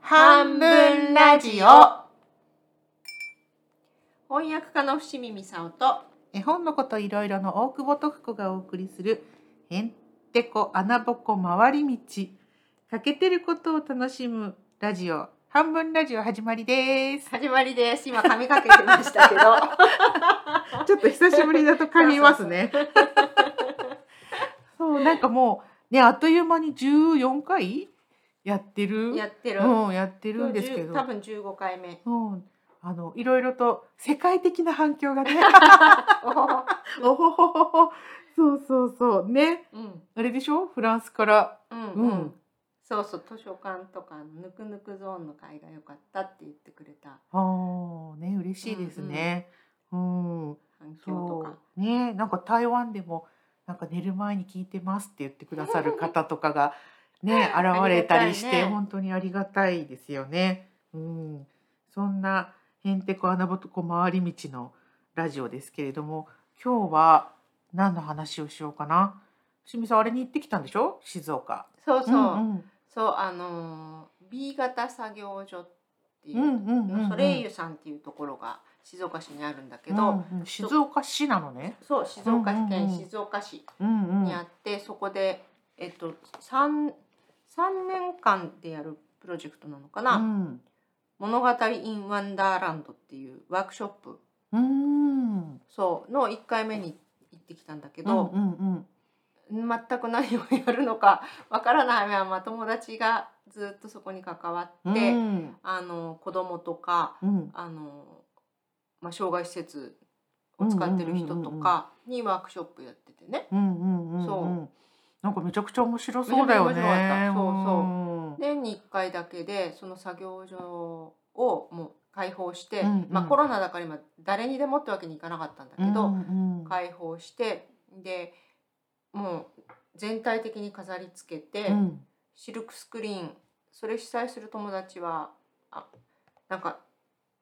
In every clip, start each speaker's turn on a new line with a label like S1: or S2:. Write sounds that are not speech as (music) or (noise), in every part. S1: 半分ラジオ
S2: 翻訳家の伏見さおと
S1: 絵本のこといろいろの大久保徳子がお送りするへんてこ穴ぼこ回り道欠けてることを楽しむラジオ半分ラジオ始まり
S2: (laughs)
S1: です
S2: 始まりです今髪かけてましたけど
S1: ちょっと久しぶりだと噛みます
S2: (laughs)
S1: ねそうなんかもうねあっという間に14回やってる
S2: やってる
S1: うんやってるんですけ
S2: 10
S1: ど
S2: 多分15回目
S1: うんあのいろいろと世界的な反響がね
S2: おー
S1: おほほほほそうそうそうね
S2: うん
S1: あれでしょフランスから
S2: うん
S1: うん
S2: うんそうそう図書館とかのぬくぬくゾーンの会が良かったって言ってくれた
S1: ああね嬉しいですねうん、
S2: 反響と
S1: そ
S2: か
S1: うねなんか台湾でもなんか寝る前に聞いてますって言ってくださる方とか (laughs) がね
S2: ありがたい
S1: 現
S2: ね
S1: れたりして本当にありがたいですよねうんそんなへんてこ穴ぼとこ回り道のラジオですけれども今日は何の話をしようかな清水さんあれに行ってきたんでしょ静岡
S2: そうそう、
S1: んうん
S2: そうあのー B 型作業所っていう、
S1: うんうんうんうん
S2: ソレイユさんっていうところが静岡市にあるんだけど、
S1: うんうん静岡市なのね
S2: そう静岡
S1: うんう
S2: 県
S1: んうん
S2: 静岡市
S1: うんうん
S2: にあって、そこで、えっと、3, 三年間でやるプロジェクトなのかな「
S1: うん
S2: 物語 in ワンダーランド」っていうワークショップ
S1: うん
S2: そうの1回目に行ってきたんだけ
S1: うん
S2: ど、
S1: うんうん
S2: 全く何をやるのかわからないまま友達がずっとそこに関わ
S1: う
S2: って、
S1: ん
S2: あの子供とか
S1: うん
S2: あの、まあ、障害施設を使ってる人とかにワークショップやっててね。
S1: うんうんうんうん
S2: そう
S1: なんかめちゃくちゃ面白そうだよね。
S2: めちゃくちゃ面白かったそうそう
S1: う
S2: 年に1回だけでその作業所をもう開放して、
S1: うんうん
S2: まあ、コロナだから今誰にでもってわけにいかなかったんだけ
S1: ん。
S2: ど、
S1: うんうん
S2: 開放してでもう全体的に飾り付けて、
S1: うん
S2: シルクスクリーンそれ主催する友達はあなんか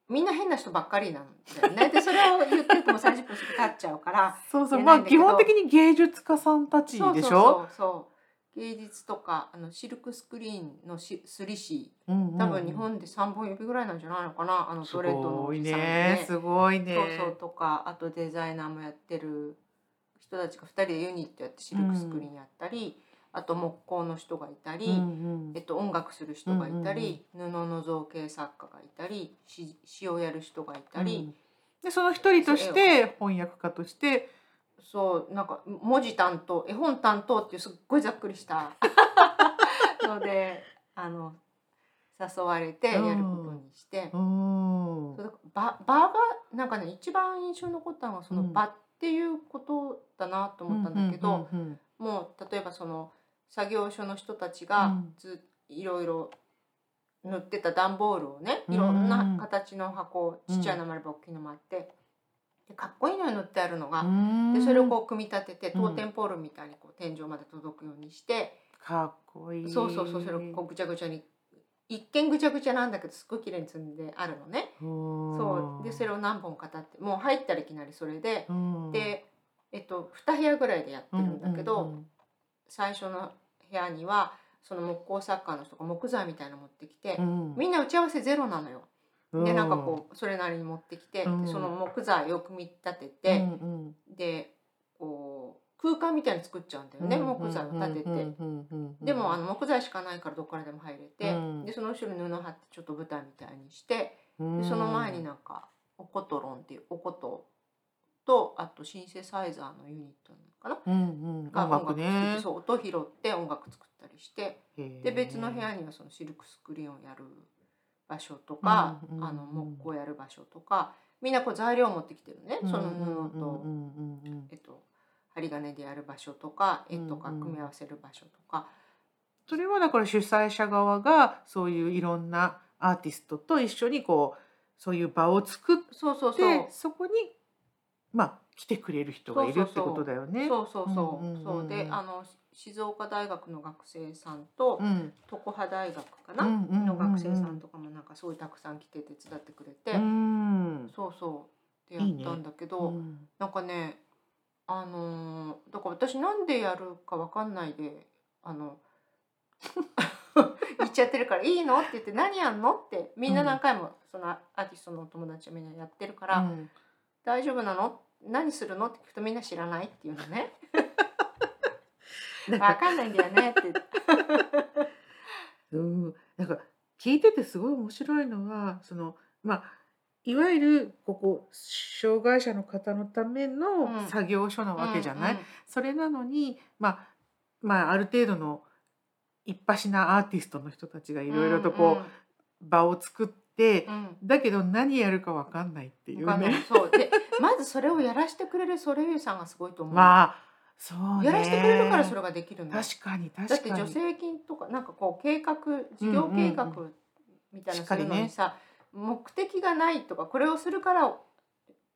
S2: みんな変な人ばっかりなんだよね。でそれを言ってても30分すぐ経っちゃう
S1: (laughs)
S2: から
S1: そうそう
S2: 言え
S1: ま
S2: ない
S1: あ
S2: んだ
S1: 基
S2: けど
S1: 本的に芸術家さんたち
S2: そう
S1: でし
S2: そ
S1: ょ。
S2: うそうそう芸術とかあのシルクスクリーンのしすりし
S1: うんうん
S2: 多分日本で3本指ぐらいなんじゃないのかなあの
S1: す
S2: トレードの
S1: ご
S2: お
S1: い
S2: じさん
S1: ね。すごい
S2: そう
S1: ね。
S2: そうとかあとデザイナーもやってる人たちが2人でユニットやってシルクスクリーンやったり、あと木工の人がいたり、
S1: うんうん
S2: えっと、音楽する人がいたり、布の造形作家がいたり詩詩をやる人がいた
S1: う
S2: り、
S1: んでその一人として翻訳家として
S2: そうなんか文字担当絵本担当っていうすっごいざっくりした
S1: (laughs)
S2: のであの誘われてやることにして。
S1: うん
S2: そうだから場場がなんかね一番印象に残ったのはその
S1: うん
S2: 場っていうことだなと思ったんだけど、
S1: うんうん
S2: もう例えばその作業所の人たち
S1: う
S2: が
S1: ん
S2: ず、いろいろ塗ってた段ボールをね
S1: うん
S2: いろんな形の箱
S1: うん
S2: ちっちゃいのもあれば大きいのもあってでかっこいいのに塗ってあるの
S1: う
S2: が、
S1: ん
S2: でそれをこう組み立てて
S1: うん
S2: 当店ポールみたいにこう天井まで届くようにして、
S1: かっこいい。
S2: そうそうそうそれをこうぐちゃぐちゃに一見ぐちゃぐちゃなんだけどすっごい綺麗に積んであるのね。そうでそれ
S1: を、
S2: を何本かたってもう入ったらいきなりそれで、
S1: うん、
S2: で、えっと、2部屋ぐらいでやって
S1: うん
S2: る
S1: うんうん
S2: んだけど、最初の部屋にはその木工作家の人が木材みたいなの持ってきて、みんな打ち合わせゼロなのよ。でなんかこうそれなりに持ってきて、
S1: うん
S2: でその木材を組み立て
S1: うん
S2: て、
S1: うん
S2: でこう空間みたいに作っちゃうんだよね、木材を立てて。でもあの木材しかないからどっからでも入れて、
S1: うん
S2: でその後ろに布貼ってちょっと舞台みたいにして
S1: の
S2: でその前になんかおことろんっていうおこととあとシンセサイザーのユニットなの
S1: 音
S2: かなが
S1: 楽
S2: 作っ
S1: ね
S2: てそう音拾って音楽作ったりしてで
S1: で
S2: 別の部屋
S1: に
S2: にはそのシルクスクリーンをやる場所とか、
S1: うんうんうん
S2: あの木工やる場所とかみんなこう材料を持ってきてるね、その布と、えっと、針金でやる場所とか絵とか
S1: うんうん
S2: 組み合わせる場所とか、
S1: それはだから主催者側がそういういろんなアーティストと一緒にこうそういう場を作っ
S2: そうそうそう
S1: てそこにまあ来てくれる人がいるってことだよね。
S2: そうそうそう,、
S1: うんうんうんうん
S2: そうであの静岡大学の学生さんと、
S1: うん
S2: 常葉大学かな、
S1: うんうんうんうん
S2: の学生さんとかもなんかすごいたくさん来て手伝ってくれて、
S1: うん
S2: そうそうでやったんだけど
S1: うん
S2: なんかねあのーだから私なんでやるかわかんないであの (laughs) 言っちゃってるから「いいの?」って言って「何やんの?」ってみんな何回もそのアーティストのお友達はみんなやってるから「
S1: うん
S2: 大丈夫なの何するの?」って聞くとみんな知らないっていうの
S1: (laughs)
S2: ね「
S1: なん
S2: わ
S1: か、
S2: かんないんだよね」って
S1: うん、なんか聞いててすごい面白いのは、そのまあいわゆるここ障害者の方のため
S2: う
S1: の
S2: ん
S1: 作業所な (laughs) わけじゃない。
S2: うんうん
S1: それなのに、まあ、まあある程度の一発なアーティストの人たちがいろいろとこう、場を作って
S2: う、んうん
S1: だけど何やるかわかんないってい
S2: うん
S1: う
S2: わかんない
S1: ね。
S2: そうでまずそれをやらしてくれるソレイユさんがすごいと思う、
S1: まあそうね。
S2: やらしてくれるからそれができるんだよ
S1: 確かに確か
S2: だっ
S1: に。
S2: て助成金とかなんかこう計画事業計画みたいなのするのにさ、目的がないとかこれをするからお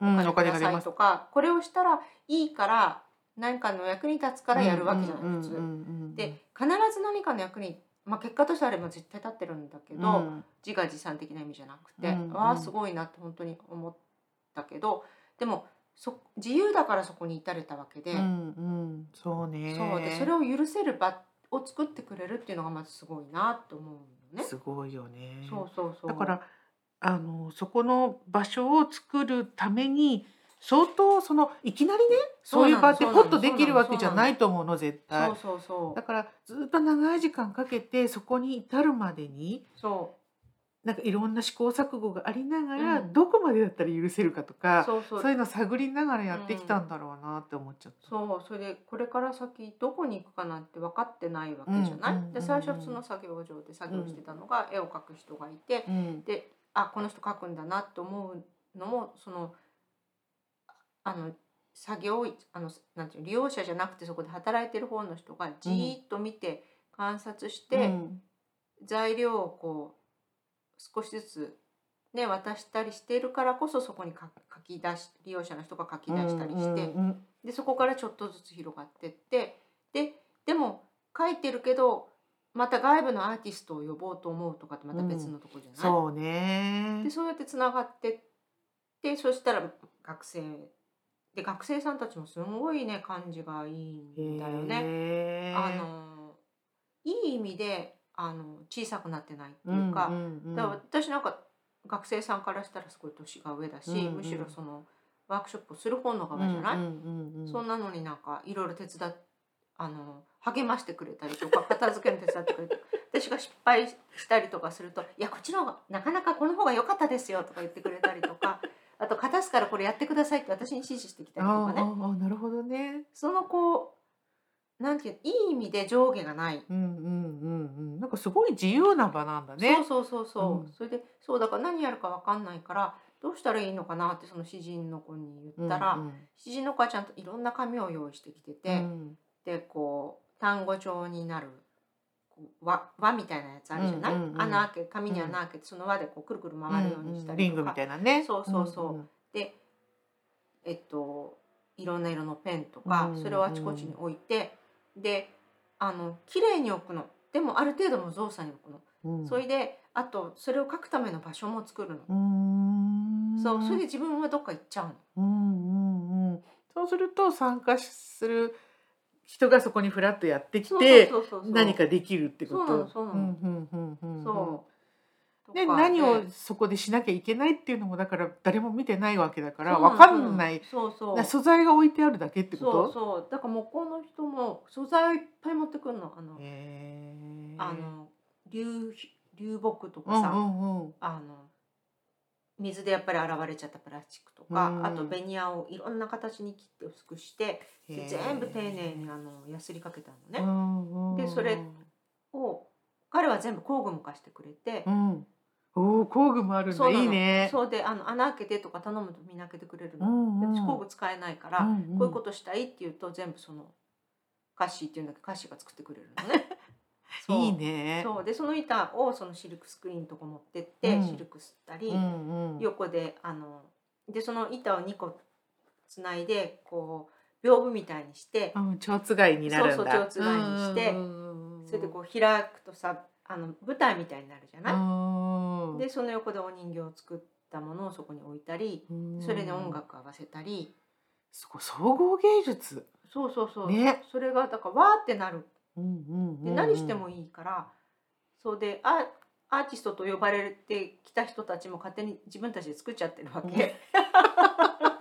S1: うん、お金が
S2: 金くだ
S1: 出
S2: さ
S1: ま
S2: い
S1: す。
S2: とか、これをしたらいいから何かの役に立つからやるわけじゃない普
S1: うんうん
S2: 通。
S1: うんうん
S2: で必ず何かの役に、まあ、結果としてあれば絶対立ってるんだけど、
S1: うん
S2: 自画自賛的な意味じゃなくて、
S1: うんうん
S2: わあすごいなって本当に思ったけどでもそ自由だからそこに至れたわけで。
S1: うんうん、そうね。
S2: そうでそれを許せる場を作ってくれるっていうのがまずすごいなと思うのね。
S1: すごいよね。
S2: そうそうそう。
S1: だからあのそこの場所を作るために相当そのいきなりねそういう場って
S2: そう
S1: ポ
S2: なの
S1: ッとできるわけじゃないと思うの絶対
S2: そう。そうそ
S1: だ
S2: う
S1: からずっと長い時間かけてそこに至るまでに
S2: そ
S1: なんかいろんな試行錯誤がありながら、
S2: うん
S1: どこまでだったら許せるかと
S2: う
S1: か
S2: そう
S1: そ
S2: そうう
S1: いうのを探りながらやってきたんだろうなって思っちゃった。
S2: そうそれでこれから先どこに行くかなんて分かってないわけじゃない。
S1: うんうんうんうん
S2: で最初普通の作業場で作業してたのが、絵を描く人がいて
S1: うん
S2: であこの人描くんだなと思うのもそのあの作業あのなんていうの利用者じゃなくてそこで働いてる方の人がじーっと見て観察して。
S1: うん
S2: 材料をこう少しずつね渡したりしているからこそそこに書書き出し利用者の人が書き出したりして、
S1: うんうん
S2: でそこからちょっとずつ広がってってででも書いてるけどまた外部のアーティストを呼ぼうと思うとかってまた別のところじゃない、
S1: そうね
S2: で。そうやってつながってってそしたら学生で学生さんたちもすごいね感じがいいんだよね。
S1: ね
S2: あのいい意味であの小さくなってないっていうか,、だから私なんか学生さんからしたらすごい年が上だし、
S1: うんうん
S2: むしろそのワークショップをする方の側じゃない、そんなのになんかいろいろ手伝っあの励ましてくれたりとか (laughs) 片付けの手伝ってくれたり私が失敗したりとかすると「いやこっちの方がなかなかこの方が良かったですよ」とか言ってくれたりとか (laughs) あと「片すからこれやってください」って私に指示してきたりとかね
S1: ああなるほどね。
S2: そのこうなんていういい意味で上下がない
S1: うんうんうんうん。なんかすごい自由な場なんだ
S2: そ
S1: ね
S2: う。そうそうそう、
S1: うん
S2: それでそうだから何やるかわかんないからどうしたらいいのかなってその詩人の子に言ったら、詩人の子はちゃんといろんな紙を用意してきてて、でこう単語帳になるこう輪輪みたいなやつあるじゃない、
S1: うんうんうん
S2: 穴開け紙に穴開けてその輪でこうくるくる回るようにした
S1: リ
S2: り
S1: ング
S2: と
S1: み
S2: か、
S1: たいなね。
S2: でえっといろんな色のペンとか、
S1: うん
S2: それをあちこちに置いてであの綺麗に置くのでもある程度の造作に置くの。それであとそれを書くための場所も作るの、そうそれで自分はどっか行っちゃうの
S1: そうすると参加する人がそこにフラッとやってき
S2: そう
S1: て
S2: そうそうそう
S1: 何かできるってこと。
S2: そう
S1: で
S2: とか
S1: 何を
S2: で
S1: そこでしなきゃいけないっていうのもだから誰も見てないわけだから
S2: そう
S1: 分かんない
S2: そうそう
S1: な素材が置いてあるだけってこ
S2: そ
S1: と
S2: うそうだから木工の人も素材をいっぱい持ってくるのあの、
S1: へー
S2: あの流流木と
S1: う
S2: か
S1: んう
S2: さ、
S1: んうん
S2: あの水でやっぱり洗われちゃったプラスチックとか、
S1: うん
S2: あとベニヤをいろんな形に切って薄くして
S1: へ
S2: で
S1: ー
S2: 全部丁寧にあのやすりかけたの
S1: う
S2: ね、
S1: んうん
S2: でそれを彼は全部工具も貸してくれて、
S1: うんおー工具もあるんだ
S2: そうなの
S1: いいね
S2: そうであの穴開けてとか頼むとみんな開けてくれる
S1: う
S2: の、
S1: んうん
S2: で私工具使えないから、
S1: うんうん
S2: こういうことしたいって言うと全部そのカッシーっていうんだけどカッシーが作ってくれるのね (laughs) そう
S1: いいね
S2: そうでその板をそのシルクスクリーンとか持ってって、
S1: うん
S2: シルク吸ったり、
S1: うんうん
S2: 横であのでその板を2個つないでこう屏風みたいにして、
S1: うん蝶つがいになるんだ
S2: そうそう蝶つがいにしてそれでこう開くとさあの舞台みたいになるじゃ
S1: う
S2: ない、
S1: ん
S2: でその横でお人形を作ったものをそこに置いたり、
S1: うん
S2: それで音楽合わせたり
S1: すごい総合芸術
S2: そうそうそう、
S1: ね
S2: それがだからわーってなるで何してもいいからそうでアアーティストと呼ばれてきた人たちも勝手に自分たちで作っちゃってるわけ、
S1: (laughs)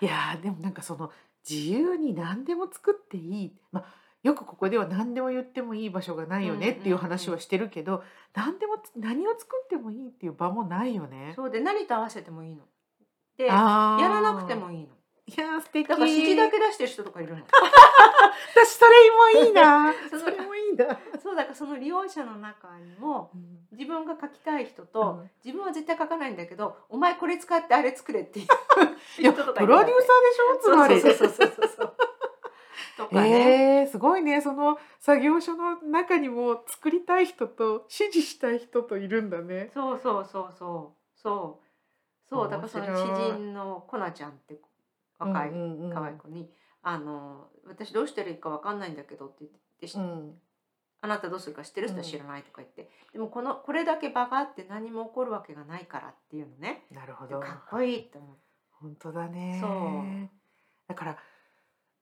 S1: いやーでもなんかその自由に何でも作っていい、まあ、よくここでは何でも言ってもいい場所がないよねっていう話はしてるけど、何でもつ何を作ってもいいっていう場もないよね。
S2: そうで何と合わせてもいいのでや
S1: あー
S2: らなくてもいいの
S1: いやー素敵
S2: だから指示だけ出してる人とかい
S1: (laughs)
S2: るの
S1: 私それもいいな
S2: (laughs) その
S1: それもいいな。
S2: そうだからその利用者の中にも自分が書きたい人と、
S1: うん
S2: 自分は絶対書かないんだけどお前これ使ってあれ作れっていう
S1: いや
S2: 人とか
S1: プ
S2: いるわ
S1: ロ
S2: け
S1: デューサーでしょつまり。
S2: そうそうそうそうそうそう。とかね。
S1: えー、すごいねその作業所の中にも作りたい人と指示したい人といるんだね。
S2: そうそうそうそうそうそうだからその
S1: 面白い
S2: 知人のコナちゃんって若い
S1: うんうんうん
S2: 可愛い子に、あの私どうしてるかわかんないんだけどって言ってし、
S1: うん
S2: あなたどうするか知ってる人は知
S1: うん
S2: らないとか言って、でもこのこれだけ場があって何も起こるわけがないからっていうのね。
S1: なるほ
S2: か
S1: ど。
S2: っこいいって思う。
S1: 本当だね。
S2: そう
S1: だから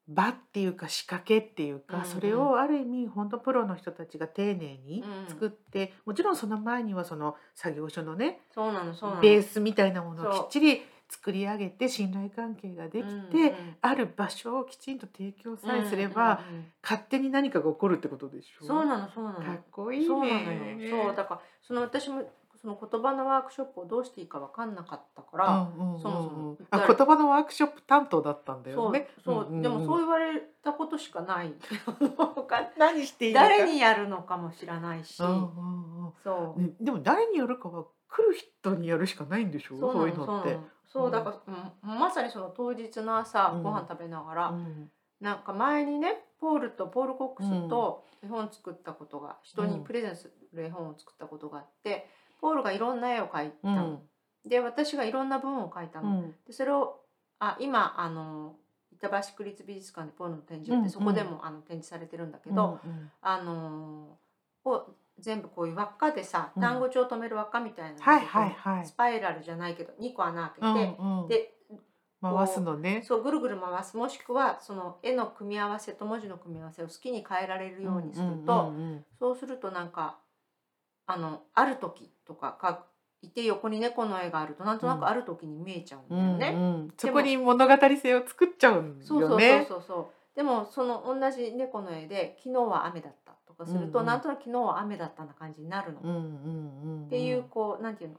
S1: 場っていうか仕掛けっていうか、
S2: うんうん
S1: それをある意味本当プロの人たちが丁寧に
S2: うん
S1: 作って、もちろんその前にはその作業所のね
S2: そうなのそうなの。
S1: ベースみたいなものをき
S2: そう
S1: っちり作り上げて信頼関係ができて、
S2: うんうん
S1: ある場所をきちんと提供さえすれば、
S2: うんうんうん
S1: 勝手に何かが起こるってことでしょ
S2: そうなのそうなの。
S1: かっこいいね。
S2: そうなのよ。そうだからその私もその言葉のワークショップをどうしていいか分かんなかったか
S1: う
S2: ら、
S1: んうんうんうん
S2: そもそも
S1: あ言葉のワークショップ担当だったんだ
S2: そ
S1: よ
S2: う、
S1: ね。
S2: そう、
S1: んんん
S2: でもそう言われたことし
S1: (laughs)
S2: かない。他
S1: 何していいのか
S2: 誰にやるのかも知らないし、
S1: うんうんうん
S2: そう。
S1: ねでも誰によるかは来る人にやるしかないんでしょそう
S2: そう
S1: い
S2: な
S1: う
S2: の
S1: のっ
S2: そうな
S1: て
S2: の。そうだから、うんまさにその当日の朝、
S1: うん
S2: ご飯食べながら、
S1: うん
S2: なんか前にねポールとポール・コックスと絵本作ったことが、人にプレゼントする絵本を作ったことがあってポールがいろんな絵を描いたの、で私がいろんな文を描いたの、
S1: うん
S2: でそれをあ今あの板橋区立美術館でポールの展示をやって、
S1: うん
S2: そこ
S1: うん
S2: でもあの展示されてるんだけど、
S1: うん
S2: あのを全部こういう輪っかでさ、
S1: うん
S2: 単語帳を止める輪っかみたいなのを
S1: はいはいはい
S2: スパイラルじゃないけど2個穴
S1: うん
S2: 開けて、
S1: うんうん
S2: で
S1: 回すのね
S2: そうぐるぐる回すもしくはその絵の組み合わせと文字の組み合わせを好きに変えられるようにすると、
S1: うんうんうん
S2: そうするとなんかあのある時とかかいて横に猫の絵があるとなんとなくある時に見えちゃうんだよね。
S1: うんうんそこに物語性を作っちゃうん
S2: そうそ
S1: よ
S2: うそう
S1: ね
S2: そうそう、でもその同じ猫の絵で「昨日は雨だった」とかすると、
S1: うんうん
S2: なんとなく「昨日は雨だった」な感じになるの、
S1: う
S2: っ
S1: んうんうんうん
S2: ていうこうなんていうの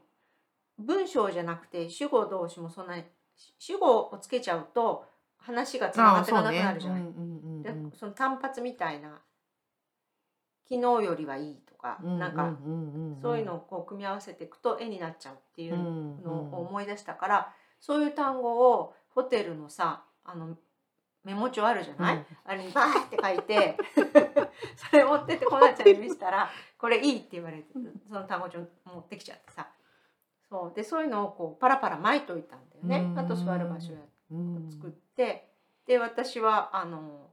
S2: 文章じゃなくて主語同士もそんなにし主語をつけちゃうと話がつなが
S1: あ
S2: ってい
S1: そ
S2: か
S1: う
S2: なく
S1: ね
S2: なるじゃない。
S1: うんうんうん
S2: で
S1: うん
S2: その単発みたいな「昨日よりはいい」とか、なんか
S1: ううう
S2: そういうのをこう組み合わせていくと絵になっちゃうっていうの
S1: の
S2: を思い出したから、そういう単語をホテルのさあのメモ帳あるじゃない、あれにバーって書い
S1: (laughs)
S2: てそれ持ってってコナちゃんに見せたら「これいい」って言われてその単語帳持ってきちゃってさそうでそういうのをこうパラパラ巻いといたんだよね
S1: う。ん
S2: あと座る場所や
S1: うん
S2: 作ってで私はあの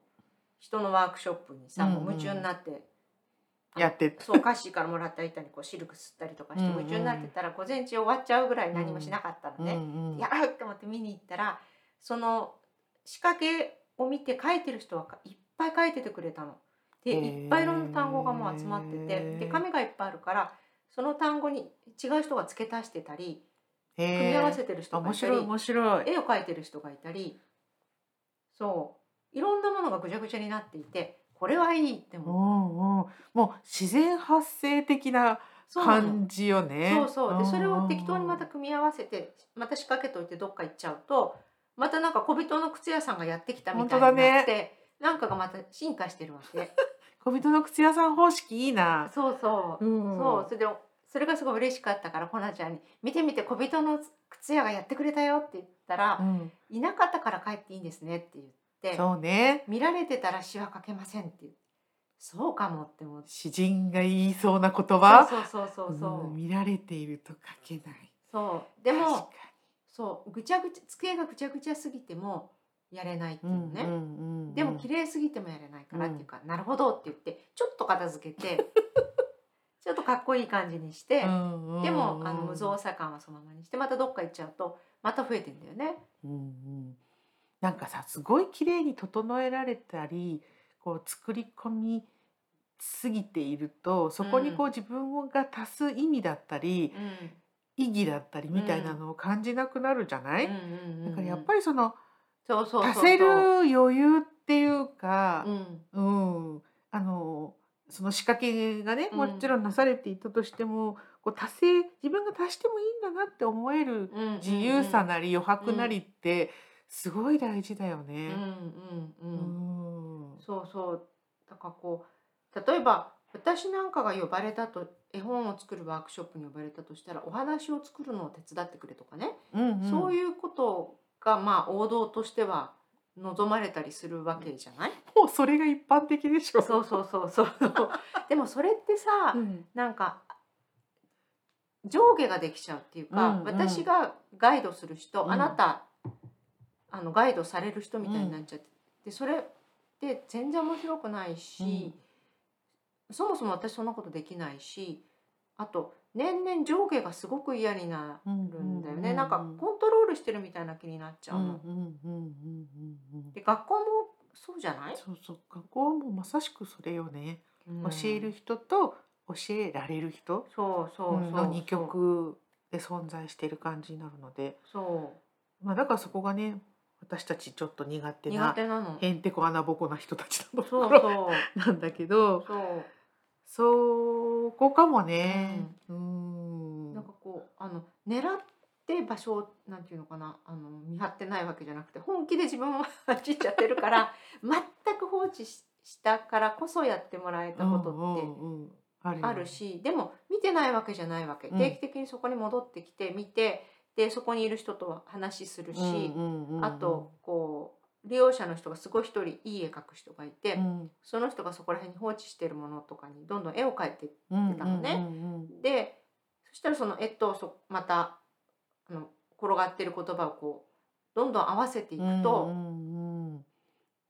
S2: 人のワークショップにさ、
S1: うんうん
S2: もう夢中になって
S1: やってた
S2: そうカッシーからもらった板にこうシルク吸ったりとかして
S1: うんうん
S2: 夢中になってたら午前中終わっちゃうぐらい何もしなかったの
S1: う
S2: ね、
S1: んうん
S2: やばいと思って見に行ったらその仕掛けを見て書いてる人はいっぱい書いててくれたの。で
S1: へー
S2: いっぱいいろんな単語がもう集まっててで紙がいっぱいあるからその単語に違う人が付け足してたり
S1: へー
S2: 組み合わせてる人が
S1: 面
S2: いた
S1: 白い
S2: り
S1: 面白い
S2: 絵を描いてる人がいたりそういろんなものがぐちゃぐちゃになっていてこれはいいって
S1: う
S2: 思うん
S1: うん、もう自然発生的な
S2: そうなの
S1: 感じよね。
S2: そうそうでそれ
S1: んん
S2: を
S1: ん
S2: 適当にまた組み合わせてまた仕掛けといてどっか行っちゃうとまたなんか小人の靴屋さんがやってきたみたいにな
S1: 本当だ
S2: って、なんかがまた進化してるわ
S1: (laughs)
S2: け
S1: 小人の靴屋さん方式いいな。
S2: そうそう、
S1: ん
S2: そうそれでそれがすごい嬉しかったからコナちゃんに「見て見て小人の靴屋がやってくれたよ」って言ったら
S1: う、ん
S2: いなかったから帰っていいんですね」って言って
S1: そうね。
S2: 見られてたら詩は書けませんっていうそうかもって思って
S1: 詩人が言いそうな言葉。
S2: そうそうそうそうそう,、
S1: うん見られていると書けない。
S2: そうでも
S1: 確か
S2: そうぐちゃぐちゃ机がぐちゃぐちゃすぎてもやれないってい
S1: に
S2: うね、
S1: うんうんうんうん
S2: でも綺麗すぎてもやれないからっていうか、なるほどって言ってちょっと片付け
S1: (laughs)
S2: てちょっとかっこいい感じにして、
S1: うんうんうん
S2: でもあの無造作感はそのままにしてまたどっか行っちゃうとまた増えてんだよね。
S1: うんうんなんかさすごい綺麗に整えられたりこう作り込み過ぎているとそこにこう自分が足す意味だったり、意義だったりみたいなのを感じなくなるじゃない、だからやっぱ
S2: り
S1: りその
S2: そうそうそう
S1: 足
S2: そう
S1: せる余裕っていうか
S2: う、ん
S1: うんあのその仕掛けがね
S2: うん
S1: もちろんなされていたとしても、こう達成自分が達してもいいんだなって思える
S2: うんうん
S1: 自由さなり余白なりってすごい大事だよ
S2: うん
S1: ね。
S2: うん
S1: う
S2: うん
S1: ん
S2: そうそうだからこう例えば私なんかが呼ばれたと絵本を作るワークショップに呼ばれたとしたらお話を作るのを手伝ってくれとかね、
S1: うんうん
S2: そういうことがまあ王道としては望まれたりするわけじゃない、
S1: もうそれが一般的でしょ。
S2: そうそうそうそうでもそれってさ、
S1: うん
S2: なんか上下ができちゃうっていうか、
S1: うんうん
S2: 私がガイドする人、
S1: うん
S2: あなたあのガイドされる人みたいになっちゃって、でそれって全然面白くないし、そもそも私そんなことできないしあと年々上下がすごく嫌にな
S1: う
S2: るんだよね、
S1: う
S2: なんかコントロールしてるみたいな気になっちゃう
S1: うん
S2: の。
S1: うんうんうんうんうん
S2: で学校もそうじゃない、
S1: そうそう学校はもうまさしくそれよね、教える人と教えられる人
S2: そうそうそう
S1: の二極で存在している感じになるので、
S2: そ
S1: まあ、だからそこがね私たちちょっと苦
S2: う
S1: 手
S2: 苦
S1: な
S2: 手なの
S1: へんてこ穴ぼこな人たちのと
S2: そ
S1: こ
S2: う
S1: ろ
S2: そう
S1: なんだけど
S2: そう
S1: そこかもね。うん
S2: なんかこうあの狙って場所をなんていうのかなあの見張ってないわけじゃなくて本気で自分も走っちゃって
S1: (laughs)
S2: るから全く放置ししたからこそやってもらえたこ
S1: うんう
S2: とって
S1: んうんあるよね
S2: あるしでも見てないわけじゃないわけ
S1: うん
S2: 定期的にそこに戻ってきて見てでそこにいる人と話しするし、
S1: うんうんうんうん
S2: あとこう利用者の人がすごい一人いい絵描く人がいて、
S1: うん
S2: その人がそこら辺に放置してるものとかにどんどん絵を描いて
S1: うん
S2: ってたのね
S1: うんうんうん
S2: でそしたらその絵とそまたあの転がってる言葉をこうどんどん合わせていく
S1: う
S2: と、
S1: んうんうん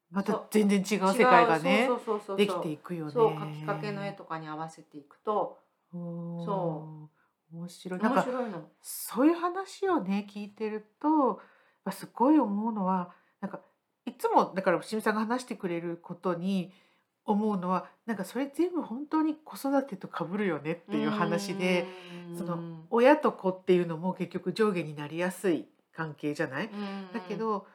S1: ま
S2: そ
S1: た
S2: う
S1: 全然違う
S2: 違う
S1: 世界がね
S2: そうそうそうそう
S1: できていくよね。
S2: そう書きかけの絵とかに合わせていくと
S1: そ
S2: そ
S1: 面白いなん
S2: 面
S1: か
S2: 白いの。
S1: そういう話をね聞いてるとまあすごい思うのはなんかいつもだから伏見さんが話してくれることに思うのはなんかそれ全部本当に子育てと被るよねっていう話でその
S2: うん
S1: 親と子っていうのも結局上下になりやすい関係じゃないだけ、ど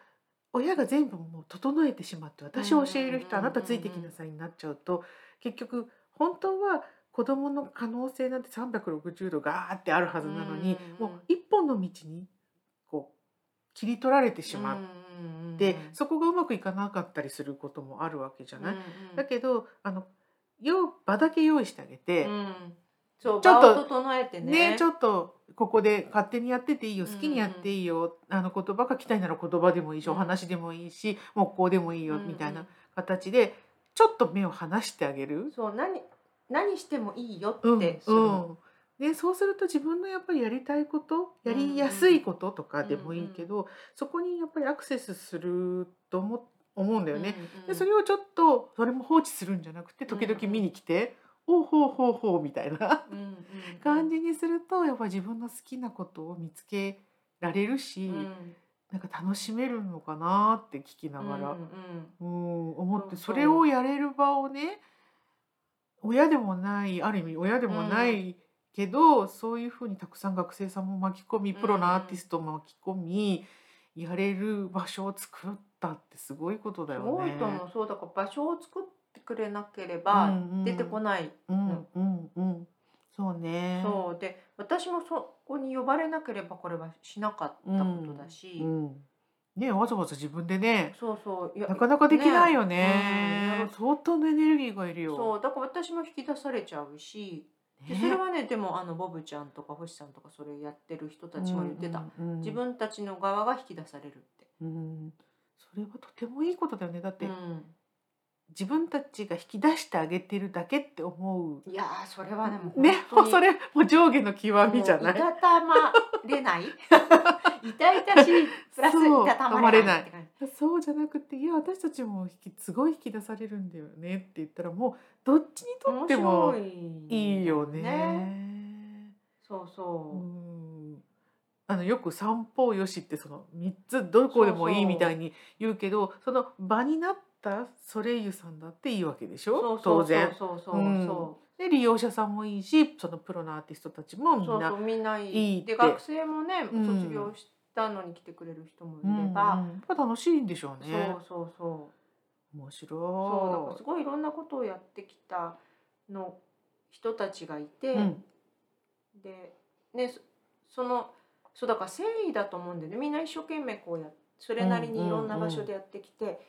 S1: 親が全部もう整えてしまって私を教える人
S2: う
S1: あ
S2: んうんうんうん
S1: なたついてきなさいになっちゃうと結局本当は子供の可能性なんて360度ガーってあるはずなのに
S2: うん
S1: も
S2: うん
S1: う一本の道にこう切り取られてしまっ
S2: って
S1: そこがうまくいかなかったりすることもあるわけじゃない。だけどあの用場だけ用意してあげて、
S2: そう
S1: ちょっと
S2: 場を整えてね
S1: ねちょっとここで勝手にやってていいよ好きにやっていいよ、あの言葉が来たいなら言葉でもいいし、
S2: うん
S1: お話でもいいし木工でもいいよ、
S2: うんうん
S1: みたいな形でちょっと目を離してあげる。
S2: そう何何してもいいよ
S1: うん
S2: ってす
S1: う
S2: るの、
S1: んでそうすると自分のやっぱりやりたいことやりやすいこととかでもいいけど、そこにやっぱりアクセスすると思思うんだよね。
S2: うんうん
S1: でそれをちょっとそれも放置するんじゃなくて時々見に来て「おうほうほうほう」みたいな。
S2: うんうん
S1: 感じにするとやっぱ自分の好きなことを見つけられるし、
S2: うん
S1: なんか楽しめるのかなって聞きながら、
S2: うんう
S1: うん
S2: ん
S1: 思ってそ
S2: そ
S1: う
S2: そう
S1: れをやれる場をね親でもないある意味親でもないけど、そういうふうにたくさん学生さんも巻き込みプロのアーティストも巻き込み、やれる場所を作ったってすごいことだ
S2: す
S1: よね。
S2: ごいと思うそうだから場所を作ってくれなければ出てこ
S1: ない、う
S2: ない、
S1: んうんうん、そうね。
S2: そうで私もそこに呼ばれなければこれはしなかったことだし、
S1: うん、ねわざわざ自分でね
S2: そうそういや
S1: なかなかできないよね
S2: ねうん
S1: 相当のエネルギーがいるよ
S2: そうだから私も引き出されちゃうし、で
S1: ね
S2: それはねでもあのボブちゃんとか星さんとかそれやってる人たちも言ってた、
S1: うんうんうん
S2: 自分たちの側が引き出されるって。
S1: うんそれはとてもいいことだよねだって、
S2: うん
S1: 自分たちが引き出してあげてるだけって思う
S2: いやーそれはねもう
S1: ねもうそ
S2: れ
S1: れもう上下の極みじゃない
S2: いたたまれない (laughs) 痛々しいプラス
S1: そう
S2: いたたまれないって感じ。
S1: そうじゃなくていや私たちも引きすごい引き出されるんだよねって言ったらもうどっちにとってもいいよね。
S2: そうそう。
S1: うんあのよく三方よしってその三つどこでもいいみたいに言うけどその場になっったソレイユさんだっていいわけでし
S2: そ
S1: ょ
S2: うそう
S1: 当然
S2: そうそうそうそう、
S1: うんで利用者さんもいいしそのプロのアーティストたちもみん
S2: そう
S1: な
S2: そうみんないい
S1: いいって
S2: で学生もね
S1: うん
S2: 卒業したのに来てくれる人もい
S1: うんう
S2: れ
S1: ん
S2: ば、
S1: やっぱ楽しいんでしょうね
S2: そうそうそう
S1: 面白い
S2: そうだからすごいいろんなことをやってきたの人たちがいて、
S1: うん
S2: でねそそのそうだから誠意だと思うんだよねみんな一生懸命こうやそれなりにいろんな場所でやってきて、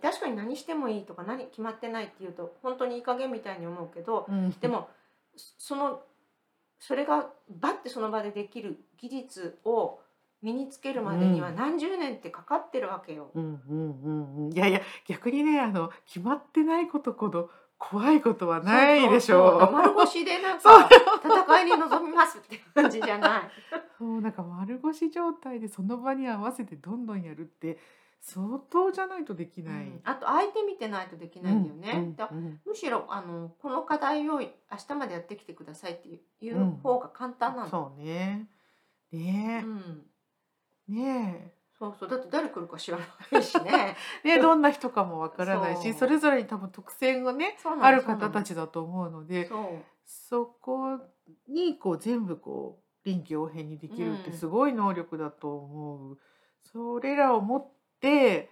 S2: 確かに何してもいいとか何決まってないっていうと本当にいい加減みたいに思うけど
S1: うん
S2: でもそそのそれがバッてその場でできる技術を身につけるまでには
S1: うん
S2: 何十年ってかかってるわけよ。
S1: うんうんうんうんいやいや逆にねあの決まってないことほど怖いことはないでし
S2: そうそうそう
S1: ょ
S2: 丸腰でなんか戦いに臨みますって感じじゃない。
S1: う。そうなんか丸腰状態でその場に合わせてどんどんやるって相当じゃないとでき (laughs) ない。
S2: うんあと相手見てないとできないんだよね。だ
S1: うんうん
S2: むしろあのこの課題を明日までやってきてくださいってい
S1: うん
S2: う方が簡単なの。
S1: そうね。
S2: う
S1: ね
S2: ん
S1: え、ね
S2: そうそうだって誰来るか知らないし
S1: (laughs)
S2: ね。
S1: え、ねえどんな人かもわからないし、そ
S2: そう
S1: れぞれに多分特性がね
S2: そうなの
S1: ある方た。ちだと思うので、
S2: そうなの
S1: そこにこう全部こう臨機応変にできるって
S2: うん
S1: すごい能力だと思う、それらを持って、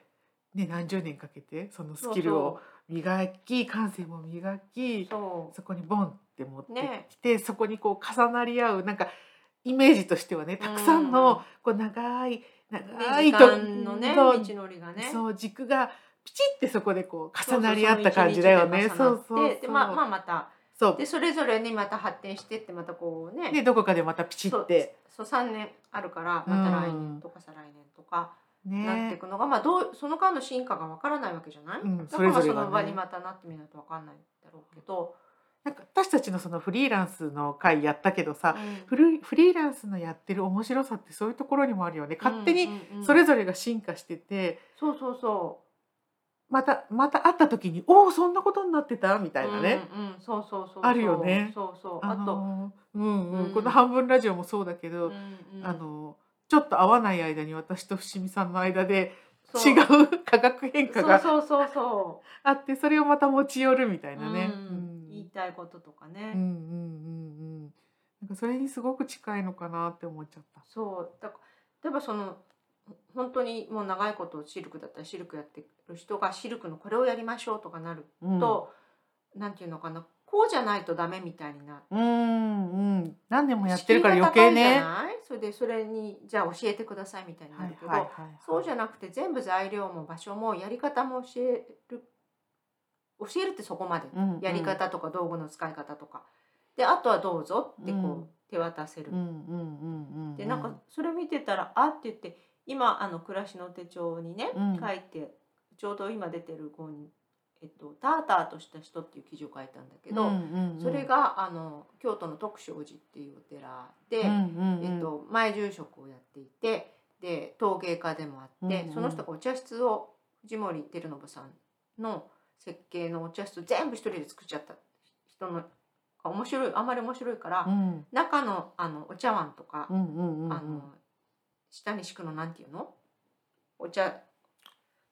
S1: ね、何十年かけてそのス
S2: そう
S1: キルを磨き感性も磨き
S2: そうそう
S1: そこにボンって持って
S2: ね
S1: きて、そこにこう重なり合うなんかイメージとしてはねたくさん
S2: うん
S1: のこう長い長
S2: で時
S1: い
S2: 間のね
S1: そ
S2: 道
S1: う
S2: のりがね。
S1: そう軸がピチってそこでこう
S2: そうそう
S1: 重なり合った感じだよね。
S2: そ
S1: そうう
S2: 一日で重
S1: そ
S2: なっ
S1: う
S2: て
S1: そう
S2: でまあまあまた
S1: そう
S2: でそれぞれにまた発展してってまたこうね。
S1: でどこかでまたピチ
S2: そ
S1: っ
S2: う
S1: て
S2: そう3年あるからまた来年とか再来年とかなってい
S1: ね
S2: くのが、まあどうその間の進化がわからないわけじゃない、
S1: うん
S2: だから
S1: それぞれ
S2: そ
S1: がね
S2: の場にまたなってみないとわかんないだろうけど、
S1: なんか私たちのそのフリーランスの会やったけどさ、
S2: う
S1: フルフリーランスのやってる面白さってそういうところにもあるよね
S2: ん
S1: 勝手
S2: う
S1: に
S2: んうんうん
S1: それぞれが進化してて
S2: そうそうそ
S1: またまた会った時に「おおそんなことになってた」み
S2: う
S1: たいなね。、
S2: うんうん、そうそうそうそう
S1: あるよね
S2: そうそう
S1: あ
S2: あと、
S1: のーうんうん
S2: うん
S1: この「半分ラジオ」もそうだけ
S2: う
S1: ど、
S2: んうん
S1: あのーちょっと会わない間に私と伏見さんの間で
S2: そう
S1: 違う化学変化が
S2: そうそうそうそ
S1: あってそれをまた持ち寄るみた
S2: う、
S1: いなね。
S2: う
S1: うんん
S2: 言いたいこととかね、
S1: うんうんうんうんなんかそれにすごく近いのかなって思っちゃった。
S2: そうだから例えばそのほ本当にもう長いことシルクだったらシルクやってる人がシルクのこれをやりましょうとかなる
S1: うん、
S2: と、なんていうのかなこうじゃないとダメみたいにな
S1: うんうん何年もやってるから余計
S2: 敷居
S1: ね。
S2: が高いじゃないそれでそれにじゃあ教えてくださいみたいになるけど、
S1: はい
S2: そうじゃなくて全部材料も場所もやり方も教える教えるってそこまで、
S1: うんうん
S2: やり方とか道具の使い方とかであとはどうぞってこう、
S1: うん
S2: 手渡せる、
S1: うんうんうんうんうん。
S2: でなんかそれ見てたら「あ」って言って今あの暮らしの手帳にね、
S1: うん
S2: 書いてちょうど今出てる号に、えっと「ターターとした人」っていう記事を書いたんだけ
S1: う
S2: ど、
S1: んうんうん
S2: それがあの京都の徳勝寺っていうお寺で、
S1: うんうんうん
S2: えっと、前住職をやっていてで陶芸家でもあって、
S1: うんうん
S2: その人がお茶室を藤森照信さんの設計のお茶室を全部一人で作っちゃった人のが面白いあんまり面白いから、
S1: うん
S2: 中のあのお茶碗とか、
S1: うんうんうんうん
S2: あの下に敷くのなんていうのお茶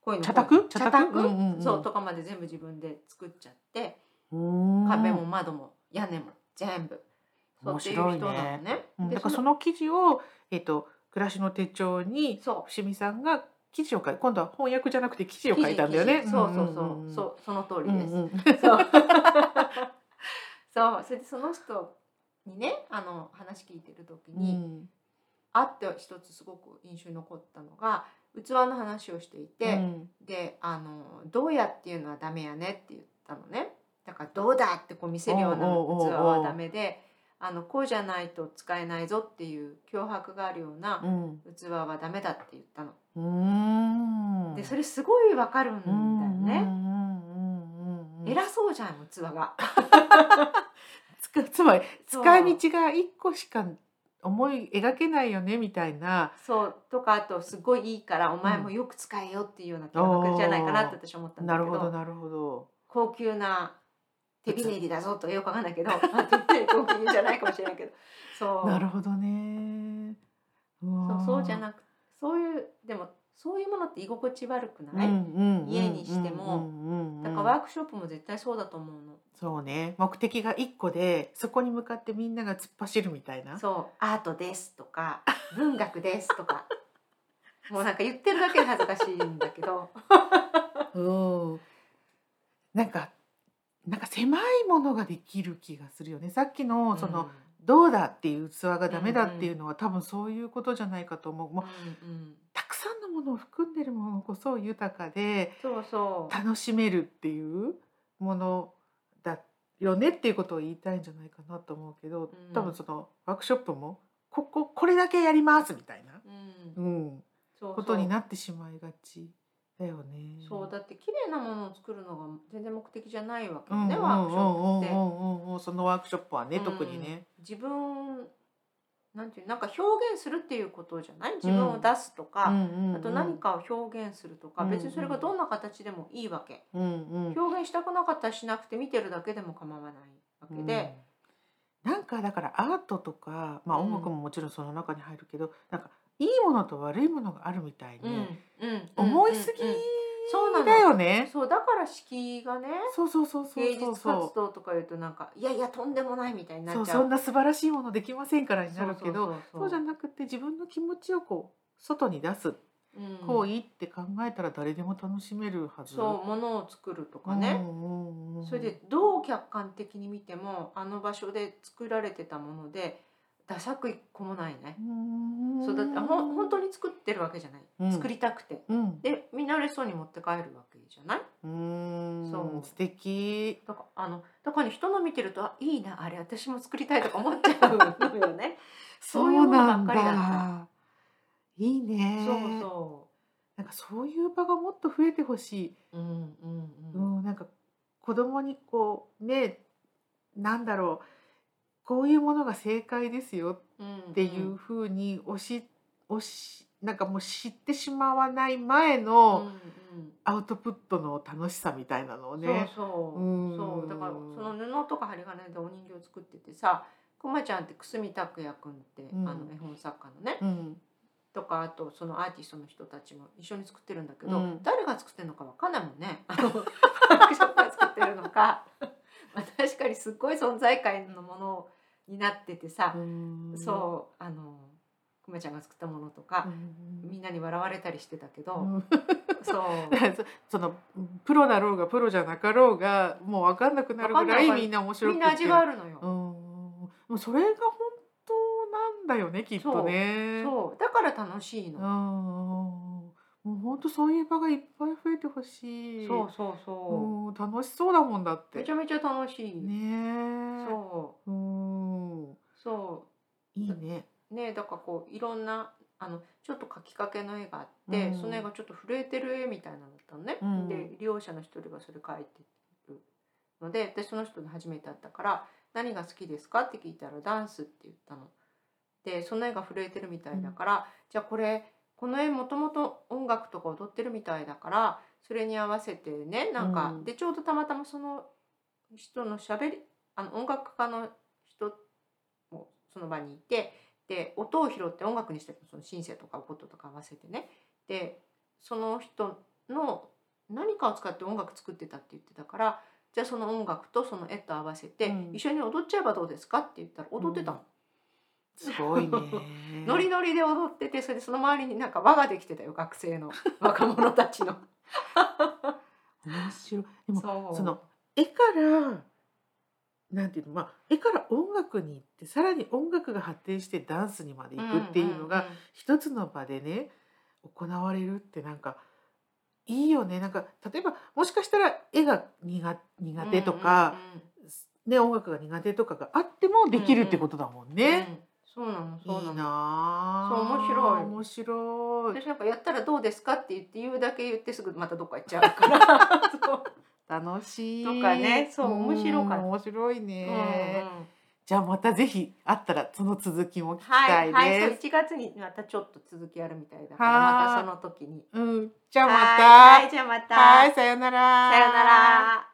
S2: こういうの
S1: 茶卓
S2: 茶
S1: 茶
S2: 卓、
S1: 卓うんうんうん
S2: そうとかまで全部自分で作っちゃって。
S1: うん
S2: 壁も窓も屋根も全部そう
S1: 面
S2: っていう
S1: 白い
S2: 人なの
S1: ね。
S2: ね。
S1: うん
S2: で
S1: だからその記事をえっと暮らしの手帳に
S2: そ
S1: 伏見さんが記事を書い今度は翻訳じゃなくて記事
S2: う
S1: を書いたんだよね
S2: 記。事記事そうそうそう,、
S1: んんん
S2: そうその通りです。
S1: うんうん
S2: (laughs) そうそうそれでその人にねあの話聞いてる時に、
S1: うん
S2: あって一つすごく印象に残ったのが器の話をしていて、
S1: うん
S2: であの「どうや」っていうのはダメやねって言ったのねだから「どうだ」ってこう見せるような器
S1: おうおうおうおう
S2: はダメであのこうじゃないと使えないぞっていう脅迫があるような
S1: うん
S2: 器はダメだって言ったの。
S1: うん
S2: でそれすごいわかるんだよ
S1: う
S2: ね。
S1: んうんうんうんうん
S2: 偉そうじゃん器
S1: (laughs)
S2: が。
S1: つかつまり
S2: そう
S1: 使い道が一個しか思い描けないよねみたいな。
S2: そうとかあとすごいいいからお前もよく使えよっていうような脅迫じゃないかなって私は思ったんだ
S1: な
S2: け
S1: る
S2: ど
S1: ほどなるほど。
S2: 高級な手びねりだぞとはよくわかんな
S1: (laughs)
S2: いけどまあ手びねり高級じゃないかもしれないけどそう
S1: なるほどね。
S2: そうそうじゃ
S1: く
S2: なくそういうでもそういうものって居心地悪くない、
S1: 家
S2: 家にしてもだからワークショップも絶対そうだと思うの、
S1: そうね目的が一個でそこに向かってみんなが突っ走るみたいな
S2: そうアートですとか文学です
S1: (laughs)
S2: とかもうなんか言ってるだけで恥ずかしいんだ
S1: (laughs)
S2: けど
S1: うんなんかなんか狭いものができる気がするよねさっきのその、どうだっていう器がダメだっていうのは、多分そういうことじゃないかと思う
S2: う
S1: も
S2: ん、
S1: う
S2: うんうん
S1: たくさんのものを含んでるものこそ豊かで
S2: そうそう
S1: 楽しめるっていうものだよねっていうことを言いたいんじゃないかなと思うけど、
S2: うん
S1: 多分そのワークショップもこここれだけやりますみたいな、
S2: うん
S1: うん、
S2: そうそう
S1: ことになってしまいがちだよね。
S2: そうだって綺麗なものを作るのが全然目的じゃないわけ
S1: う
S2: よ
S1: ん
S2: ね、
S1: うん
S2: ワークショップって
S1: う。んうんうんうんそのワークショップはね、
S2: うん
S1: 特にね。
S2: 自分なんていうなんか表現するっていうことじゃない自分を出すとか、あ
S1: あ
S2: と何、かを表現するとか、
S1: うん
S2: 別にそれがどんな形でもいいわけ、
S1: うんうん、
S2: 表現したくなかったらしなくて見てるだけでも構わないわけで、
S1: うんなんかだからアートとか、まあ、
S2: うん
S1: 音楽ももちろんその中に入るけど、なんかいいものと悪いものがあるみたいに、
S2: うんうん
S1: 思いすぎ
S2: うんうんそうなの
S1: だよね。
S2: そうだから敷居がね
S1: そうそうそうそうそ
S2: 芸術
S1: う
S2: 活
S1: そう
S2: 動とか言うとなんかいやいやとんでもないみたいになっち
S1: そ
S2: ゃ
S1: う
S2: う
S1: そんな素晴らしいものできませんからになるけど
S2: そ
S1: そうじゃ
S2: な
S1: なくて自分の気持ちをこう外に出す行為って考えたら誰でも楽しめるはず。
S2: そうものを作ると
S1: う
S2: か
S1: ん
S2: ね、
S1: うんうん
S2: それでどう客観的に見てもあの場所で作られてたものでダサく一個もないね
S1: う。ん
S2: そうだってほん本当に作ってるわけじゃない、
S1: うん
S2: 作りたくて
S1: うん
S2: でみんな嬉しそうに持って帰るわけじゃない
S1: うん
S2: そう
S1: 素敵
S2: だからあのだから、ね、人の見てるとあいいなあれ私も作りたいとか思っちゃうのよ
S1: (laughs)
S2: ねそういうものばっかりだ
S1: そう
S2: った
S1: なんだいいね
S2: そうそ
S1: なんかそういう場がもっと増えてほしい、
S2: ううんうん
S1: う
S2: うん
S1: んなんか子供にこうねなんだろうこういうものが正解ですよ
S2: うん
S1: っていうふうに押し押しなんかもう知ってしまわない前の
S2: う
S1: アウトプットの楽しさみたいなのを
S2: んうん
S1: ね。
S2: そうそう、
S1: うん
S2: そうだからその布とか針金でお人形作っててさくまちゃんって久住拓也君って、
S1: うん
S2: あの絵本作家のね
S1: うん
S2: とかあとそのアーティストの人たちも一緒に作ってるんだけど、
S1: うん
S2: 誰が作ってるのかわかんないも
S1: (laughs)
S2: んね。あのワークショップが作ってるのか、 (laughs) まあ、確かにすっごい存在感のものになっててさ、
S1: うん
S2: そうあのくまちゃんが作ったものとか、
S1: うん
S2: みんなに笑われたりしてたけど、
S1: うん (laughs)
S2: そう。
S1: だからそそのプロだろうがプロじゃなかろうがもう分かんなくなるぐら
S2: 分かん
S1: い
S2: ない
S1: みんな面白く
S2: み
S1: て
S2: んな味があるのよ、
S1: うんでもそれが本当なんだよねきっとねう
S2: そうだから楽しい
S1: ん
S2: の、
S1: もう本当そういう場がいっぱい増えてほしい
S2: そうそうそう、
S1: うん楽しそうだもんだって
S2: めちゃめちゃ楽しい、
S1: ねえ
S2: そ
S1: うん
S2: うそ
S1: いいね
S2: うねだからこういろんなあのちょっと描きかけの絵があって、
S1: うん
S2: その絵がちょっと震えてる絵みたいなのだったのね、
S1: うん
S2: で利用者の一人がそれ描いてるので私その人に初めて会ったから「何が好きですか?」って聞いたら「ダンス」って言ったの。でその絵が震えてるみたいだから、じゃあこれこの絵もともと音楽とか踊ってるみたいだからそれに合わせてねなんか、
S1: うん
S2: でちょうどたまたまその人のしゃべりあの音楽家の人もその場にいてで音を拾って音楽にしてそのシンセとかオコットとか合わせてねでその人の何かを使って音楽作ってたって言ってたからじゃあその音楽とその絵と合わせて、
S1: うん
S2: 一緒に踊っちゃえばどうですかって言ったら踊ってたの。
S1: すごいね
S2: ノリノリで踊っててそれでその周りになんか輪ができてたよ学生の
S1: (laughs)
S2: 若者たちの。
S1: 面白いでも
S2: そう
S1: その絵からなんていうのまあ絵から音楽に行ってさらに音楽が発展してダンスにまで行くっていうのが、一つの場でね行われるってなんかいいよねなんか例えばもしかしたら絵が苦苦手とか、、ね、音楽が苦手とかがあってもできるってことだもん
S2: うんうんうん
S1: ね。
S2: うんそうなのそう
S1: い
S2: ないの。
S1: なあ
S2: そう面白い
S1: 面白い
S2: 私なんかやったらどうですかって言って言うだけ言ってすぐまたどっか行っちゃ
S1: (laughs)
S2: うから。 (laughs) そう
S1: 楽しい
S2: とかねそうん面白かった
S1: 面白いね、
S2: うんうん
S1: じゃあまたぜひあったらその続きも聞きた
S2: はいい
S1: です。
S2: はいそう1月にまたちょっと続きやるみたいだから
S1: は
S2: ま
S1: い
S2: たその時に。
S1: うん、じゃあまた。
S2: はいはいじゃあまた。
S1: はい、
S2: さ
S1: さよなら。
S2: よなら。